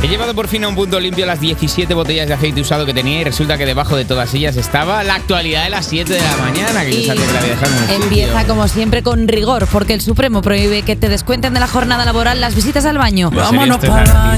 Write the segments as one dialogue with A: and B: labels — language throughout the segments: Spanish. A: He llevado por fin a un punto limpio las 17 botellas de aceite usado que tenía y resulta que debajo de todas ellas estaba la actualidad de las 7 de la mañana. Que yo
B: Y
A: sabía que la había dejado en el
B: Empieza
A: sitio.
B: como siempre con rigor, porque el Supremo prohíbe que te descuenten de la jornada laboral las visitas al baño.
A: Pues Vámonos para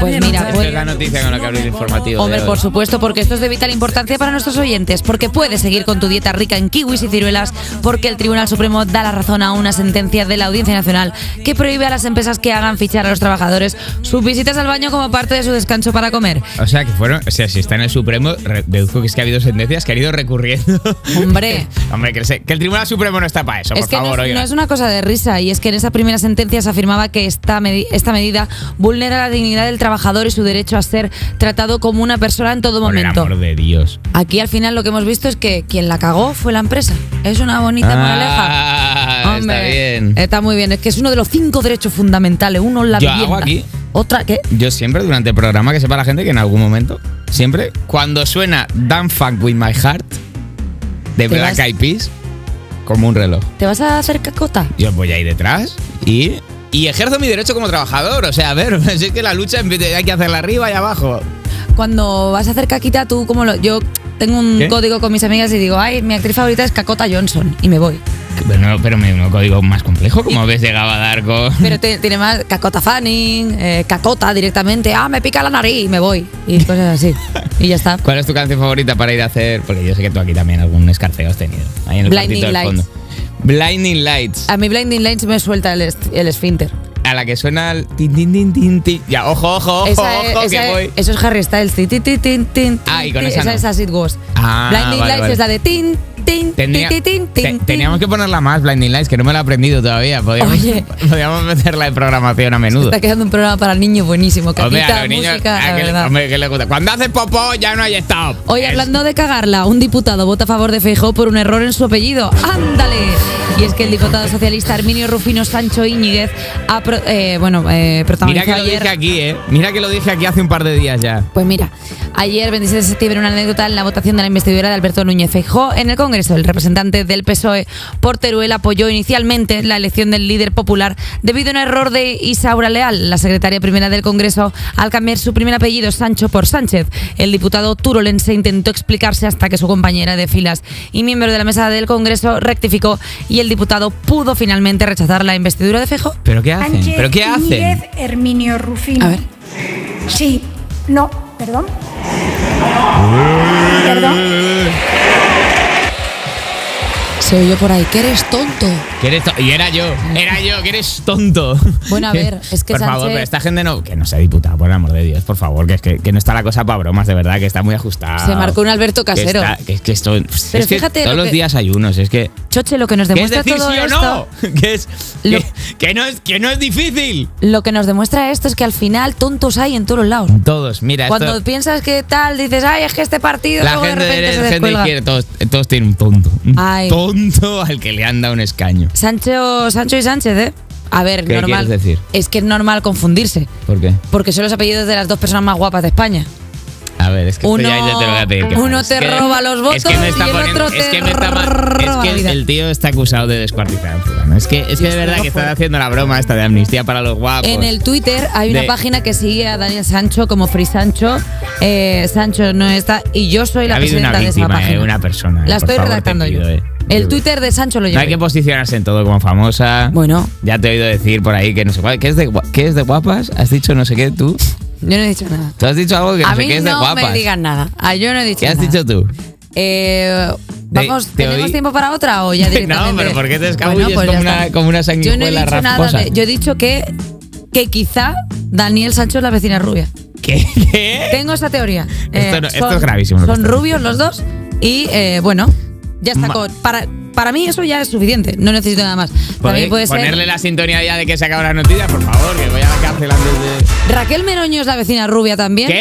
B: Pues mira,
A: Esta
B: pues-
A: es la noticia con la que abrí el informativo.
B: Hombre,
A: de hoy.
B: por supuesto, porque esto es de vital importancia para nuestros oyentes, porque puedes seguir con tu dieta rica en kiwis y ciruelas, porque el Tribunal Supremo da la razón a una sentencia de la Audiencia Nacional que prohíbe a las empresas que hagan fichar a los trabajadores sus visitas al baño como parte de su descanso para comer.
A: O sea, que fueron. O sea, si está en el Supremo, re- deduzco que es que ha habido sentencias que han ido recurriendo.
B: Hombre.
A: Hombre, que, se- que el Tribunal Supremo no está para eso,
B: Es
A: por
B: que
A: favor,
B: no, es,
A: oiga.
B: no es una cosa de risa y es que en esa primera sentencia se afirmaba que esta, medi- esta medida vulnera la dignidad del trabajador y su derecho a ser tratado como una persona en todo
A: Por el
B: momento.
A: amor de Dios.
B: Aquí al final lo que hemos visto es que quien la cagó fue la empresa. Es una bonita moraleja.
A: Ah, está
B: Hombre,
A: bien.
B: Está muy bien. Es que es uno de los cinco derechos fundamentales. Uno la
A: Yo
B: vivienda.
A: hago aquí.
B: Otra que
A: Yo siempre durante el programa que sepa la gente que en algún momento, siempre, cuando suena Dan Fuck With My Heart de
B: Te
A: Black
B: vas-
A: Eyed Peas, como un reloj.
B: te vas a hacer cacota.
A: Yo voy ahí detrás y, y ejerzo mi derecho como trabajador. O sea, a ver, si es que la lucha en vez de- hay que hacerla arriba y abajo.
B: Cuando vas a hacer caquita tú como lo yo tengo un
A: ¿Qué?
B: código con mis amigas y digo, "Ay, mi actriz favorita es Cacota Johnson" y me voy.
A: Bueno, pero me un código más complejo, como ves, llegaba a dar con.
B: Pero te- tiene más cacota fanning, eh, cacota directamente, ah, me pica la nariz y me voy. Y cosas así. Y ya está.
A: ¿Cuál es tu canción favorita para ir a hacer? Porque yo sé que tú aquí también algún escarceo has tenido. Ahí en el
B: Blinding
A: cuartito del
B: Lights.
A: fondo. Blinding Lights.
B: A mí Blinding Lights me suelta el, est- el esfínter.
A: A la que suena el tin, tin, tin, tin, tin. Ya, ojo, ojo, ojo,
B: Esa es-
A: ojo, que
B: esa es-
A: voy.
B: eso es Harry Styles. Tin, tin, tin, tin, tin,
A: Ah, y con
B: tin,
A: esa no.
B: es As It Was.
A: Ah,
B: Blinding
A: vale,
B: Lights
A: vale.
B: es la de tin, tin,
A: Tendría-
B: tin, tin, tin,
A: te-
B: tin.
A: teníamos que ponerla más, Blinding Lights, que no me la he aprendido todavía. Podríamos,
B: Oye.
A: podríamos meterla en programación a menudo.
B: Está quedando un programa para niños buenísimo.
A: Hombre, a
B: Capita,
A: los niños,
B: música,
A: a
B: la
A: que le-
B: verdad.
A: hombre, que le gusta. Cuando hace popó ya no hay estado.
B: Hoy
A: Es-
B: hablando de cagarla, un diputado vota a favor de Feijó por un error en su apellido. ¡Ándale! Y es que el diputado socialista Arminio Rufino Sancho Íñiguez ha pro- eh, bueno, eh, protagonizó
A: Mira que lo
B: ayer...
A: dije aquí, ¿eh? Mira que lo dije aquí hace un par de días ya.
B: Pues mira, ayer 26 de septiembre una anécdota en la votación de la investidura de Alberto Núñez Feijóo en el Congreso. El representante del PSOE por Teruel E, apoyó inicialmente la elección del líder popular debido a un error de Isaura Leal, la secretaria primera del Congreso, al cambiar su primer apellido Sancho por Sánchez. El diputado turolense intentó explicarse hasta que su compañera de filas y miembro de la mesa del Congreso rectificó y el diputado pudo finalmente rechazar la investidura de Feijóo.
A: ¿Pero qué hacen?
C: Sánchez
A: ¿Pero qué
C: Íñiguez,
A: hacen?
C: Herminio Rufino.
B: A ver.
C: Sí. No, perdón. Perdón.
B: Se oyó por ahí que eres tonto.
A: Que eres to- y era yo, era yo, que eres tonto.
B: Bueno, a ver, es que
A: Por favor,
B: Sánchez-
A: pero esta gente no. Que no sea diputada, por el amor de Dios, por favor, que, es que, que no está la cosa para bromas, de verdad, que está muy ajustada.
B: Se marcó un Alberto
A: Que
B: Casero.
A: está- que es que esto.
B: Pero
A: es que
B: fíjate
A: todos
B: lo
A: los
B: que-
A: días hay unos, es que.
B: Choche, lo que nos
A: ¿Qué es
B: demuestra
A: decir
B: todo
A: sí o
B: esto...
A: no? Que, es,
B: Lo-
A: que, que no es, que no es difícil.
B: Lo que nos demuestra esto es que al final tontos hay en todos lados.
A: Todos, mira, esto-
B: Cuando piensas que tal, dices, ay, es que este partido
A: la
B: luego
A: gente
B: de repente
A: de,
B: se
A: gente de
B: descuelga".
A: izquierda, todos, todos tienen un tonto. Un
B: Ay.
A: tonto al que le han dado un escaño.
B: Sancho, Sancho y Sánchez, ¿eh? A ver,
A: ¿Qué
B: normal.
A: quieres decir?
B: Es que es normal confundirse,
A: ¿Por qué?
B: porque son los apellidos de las dos personas más guapas de España.
A: A ver, es que esto
B: Uno-
A: ya, ya te lo voy a pedir. que
B: uno
A: pares.
B: te
A: Es que-
B: roba los votos
A: me está
B: y el
A: poniendo-
B: otro
A: es
B: te
A: que me está ma-
B: roba
A: Es
B: la
A: que
B: vida.
A: el tío está acusado de descuartizar. fulano. Es que, es que de
B: Dios,
A: verdad
B: luego
A: que
B: fuera.
A: están haciendo la broma esta de amnistía para los guapos.
B: En el Twitter
A: Ah,
B: hay
A: pues. De-
B: una página que sigue a Daniel Sancho como Free Sancho. Eh, Sancho no está y yo soy
A: ha
B: la
A: habido
B: presidenta
A: una
B: de esa
A: víctima,
B: página.
A: eh, una persona. eh, por
B: la estoy
A: favor, te
B: redactando
A: pido,
B: yo.
A: eh.
B: El Twitter de Sancho lo
A: No
B: llevo.
A: hay que
B: yo.
A: posicionarse en todo como famosa.
B: Bueno.
A: Ya te he oído decir por ahí que no sé cuál. ¿Qué es de, gua- qué es de guapas? ¿Has dicho no sé qué tú?
B: Yo no he dicho nada.
A: ¿Tú has dicho algo que no
B: a
A: sé
B: mí
A: qué es de
B: no
A: guapas?
B: me digan nada. Ah, yo no he dicho
A: ¿Qué has
B: nada.
A: dicho tú?
B: Eh,
A: Te-
B: vamos,
A: te
B: ¿tenemos
A: oí-
B: tiempo para otra o ya directamente? pues
A: No, pero ¿por qué te escabulles como
B: ya
A: una-
B: está.
A: como una sanguijuela
B: Yo no he dicho
A: rasposa?
B: nada de- yo he dicho que, que quizá Daniel Sancho es la vecina rubia.
A: ¿Qué? ¿Qué?
B: Tengo esa teoría. Eh,
A: Esto no- esto es gravísimo lo que
B: Son
A: estás
B: rubios los dos y, eh, bueno, ya está.
A: Ma-
B: con- para, para mí eso ya es suficiente. No necesito nada más. También
A: ¿Podéis
B: puede ser...
A: Pues ponerle la sintonía ya de que se acaba la noticia, por favor, que voy a la cárcel antes de...
B: Raquel Meroño es la vecina rubia también.
A: ¿Qué?